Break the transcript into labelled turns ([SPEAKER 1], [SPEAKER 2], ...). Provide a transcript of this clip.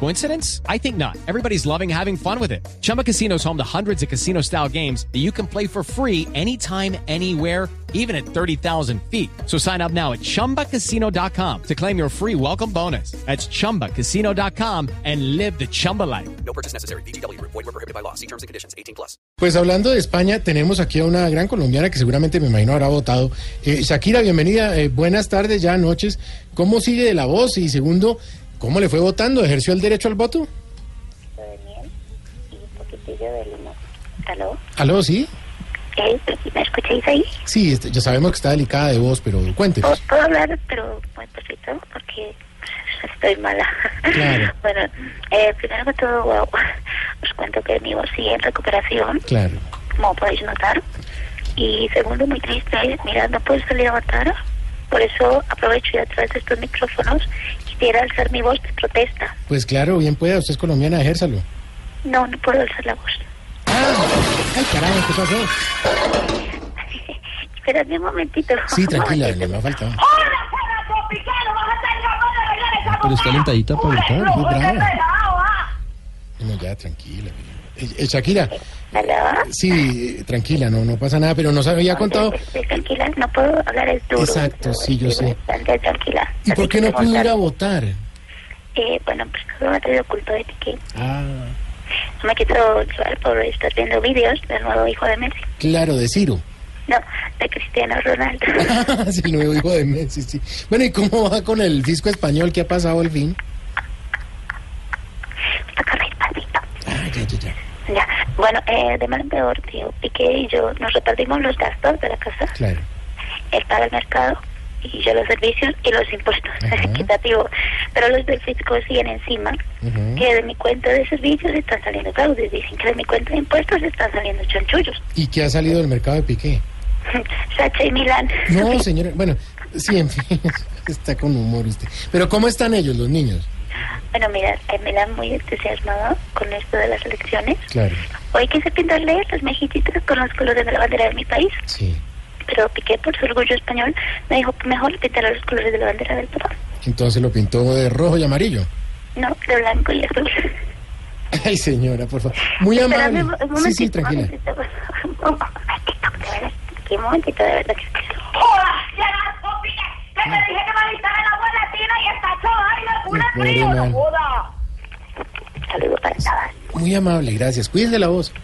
[SPEAKER 1] Coincidence? I think not. Everybody's loving having fun with it. Chumba Casino is home to hundreds of casino style games that you can play for free anytime, anywhere even at 30,000 feet. So sign up now at ChumbaCasino.com to claim your free welcome bonus. That's ChumbaCasino.com and live the Chumba life.
[SPEAKER 2] No purchase necessary. BGW. Void were prohibited by law. See terms and conditions. 18 plus.
[SPEAKER 3] Pues hablando de España, tenemos aquí a una gran colombiana que seguramente me imagino habrá votado. Eh, Shakira, bienvenida. Eh, buenas tardes, ya noches. ¿Cómo sigue de la voz? Y segundo, ¿cómo le fue votando? ¿Ejerció el derecho al voto?
[SPEAKER 4] de miel y un poquitillo de limón. ¿Aló?
[SPEAKER 3] ¿Aló, sí?
[SPEAKER 4] ¿Eh? ¿Me escucháis ahí?
[SPEAKER 3] Sí, este, ya sabemos que está delicada de voz, pero
[SPEAKER 4] Puedo
[SPEAKER 3] cuéntenos.
[SPEAKER 4] puedo hablar, pero muy poquito, porque estoy mala.
[SPEAKER 3] Claro.
[SPEAKER 4] bueno, eh, primero que todo, guau, os cuento que mi voz sigue en recuperación,
[SPEAKER 3] Claro.
[SPEAKER 4] como podéis notar. Y segundo, muy triste, mira, no puedo salir a votar. Por eso aprovecho y a través de estos micrófonos quisiera alzar mi voz de protesta.
[SPEAKER 3] Pues claro, bien pueda. Usted es colombiana, ejérzalo.
[SPEAKER 4] No, no puedo alzar la voz.
[SPEAKER 3] Ay, carajo, ¿qué pasó?
[SPEAKER 4] Esperadme un momentito.
[SPEAKER 3] Sí, tranquila,
[SPEAKER 4] Un
[SPEAKER 3] le me ha
[SPEAKER 4] momentito.
[SPEAKER 3] faltado.
[SPEAKER 5] ¡Hola, fuera tropical! ¡Vas a estar llamando a bailar esa
[SPEAKER 6] Pero está lentadita para votar,
[SPEAKER 5] ¡No,
[SPEAKER 3] muy brava.
[SPEAKER 5] relajado, ah!
[SPEAKER 3] No, ya, tranquila. Eh, eh, Shakira,
[SPEAKER 4] ¿Aló?
[SPEAKER 3] sí, eh, tranquila, no, no pasa nada, pero nos había contado.
[SPEAKER 4] Estoy tranquila, no puedo hablar, es duro.
[SPEAKER 3] Exacto, sí, yo sé.
[SPEAKER 4] Bastante tranquila.
[SPEAKER 3] ¿Y por qué no
[SPEAKER 4] Así que
[SPEAKER 3] pudo ir a
[SPEAKER 4] votar.
[SPEAKER 3] votar?
[SPEAKER 4] Eh, bueno, pues no me ha traído culpa de que no
[SPEAKER 3] Ah,
[SPEAKER 4] me quiero llevar por estar viendo vídeos del nuevo hijo de Messi.
[SPEAKER 3] claro, de Ciro.
[SPEAKER 4] No, de Cristiano Ronaldo.
[SPEAKER 3] es el nuevo hijo de Messi, sí. Bueno, ¿y cómo va con el disco español que ha pasado al fin?
[SPEAKER 4] Toca despacito.
[SPEAKER 3] Ah, ya, ya, ya.
[SPEAKER 4] Ya, bueno, eh, de mal en peor, tío. Piqué y yo nos repartimos los gastos de la casa.
[SPEAKER 3] Claro.
[SPEAKER 4] Él paga el mercado y yo los servicios y los impuestos.
[SPEAKER 3] Ajá.
[SPEAKER 4] Es equitativo. Pero los del fisco siguen encima.
[SPEAKER 3] Ujú.
[SPEAKER 4] Que de mi cuenta de servicios están saliendo fraudes. Dicen que de mi cuenta de impuestos están saliendo chanchullos.
[SPEAKER 3] ¿Y qué ha salido del mercado de Piqué?
[SPEAKER 4] Sacha y Milán.
[SPEAKER 3] No, señora. Bueno, sí, en fin. Está con humor usted. Pero ¿cómo están ellos, los niños?
[SPEAKER 4] Bueno, mira, eh, Milán muy entusiasmado con esto de las elecciones.
[SPEAKER 3] Claro.
[SPEAKER 4] Hoy quise pintarle las mejillitas con los colores de la bandera de mi país,
[SPEAKER 3] Sí.
[SPEAKER 4] pero Piqué, por su orgullo español, me dijo que mejor le pintara los colores de la bandera del Perú.
[SPEAKER 3] Entonces lo pintó de rojo y amarillo.
[SPEAKER 4] No, de blanco y azul.
[SPEAKER 3] Ay, señora, por favor. Muy
[SPEAKER 4] Espérame
[SPEAKER 3] amable.
[SPEAKER 4] un momentito,
[SPEAKER 3] Sí, sí, tranquila.
[SPEAKER 4] Un momentito, un momentito, de verdad, que un momentito, de verdad que usted es un-
[SPEAKER 5] ¡Hola, fuera tropical! ¡Que te dije que me avisara la buena latina y está chola! ¡Ay, me pone
[SPEAKER 3] Muy
[SPEAKER 5] frío!
[SPEAKER 3] bien.
[SPEAKER 5] ¡No joda!
[SPEAKER 4] Saludo para Tabas.
[SPEAKER 3] Muy amable, gracias. Cuídese la voz.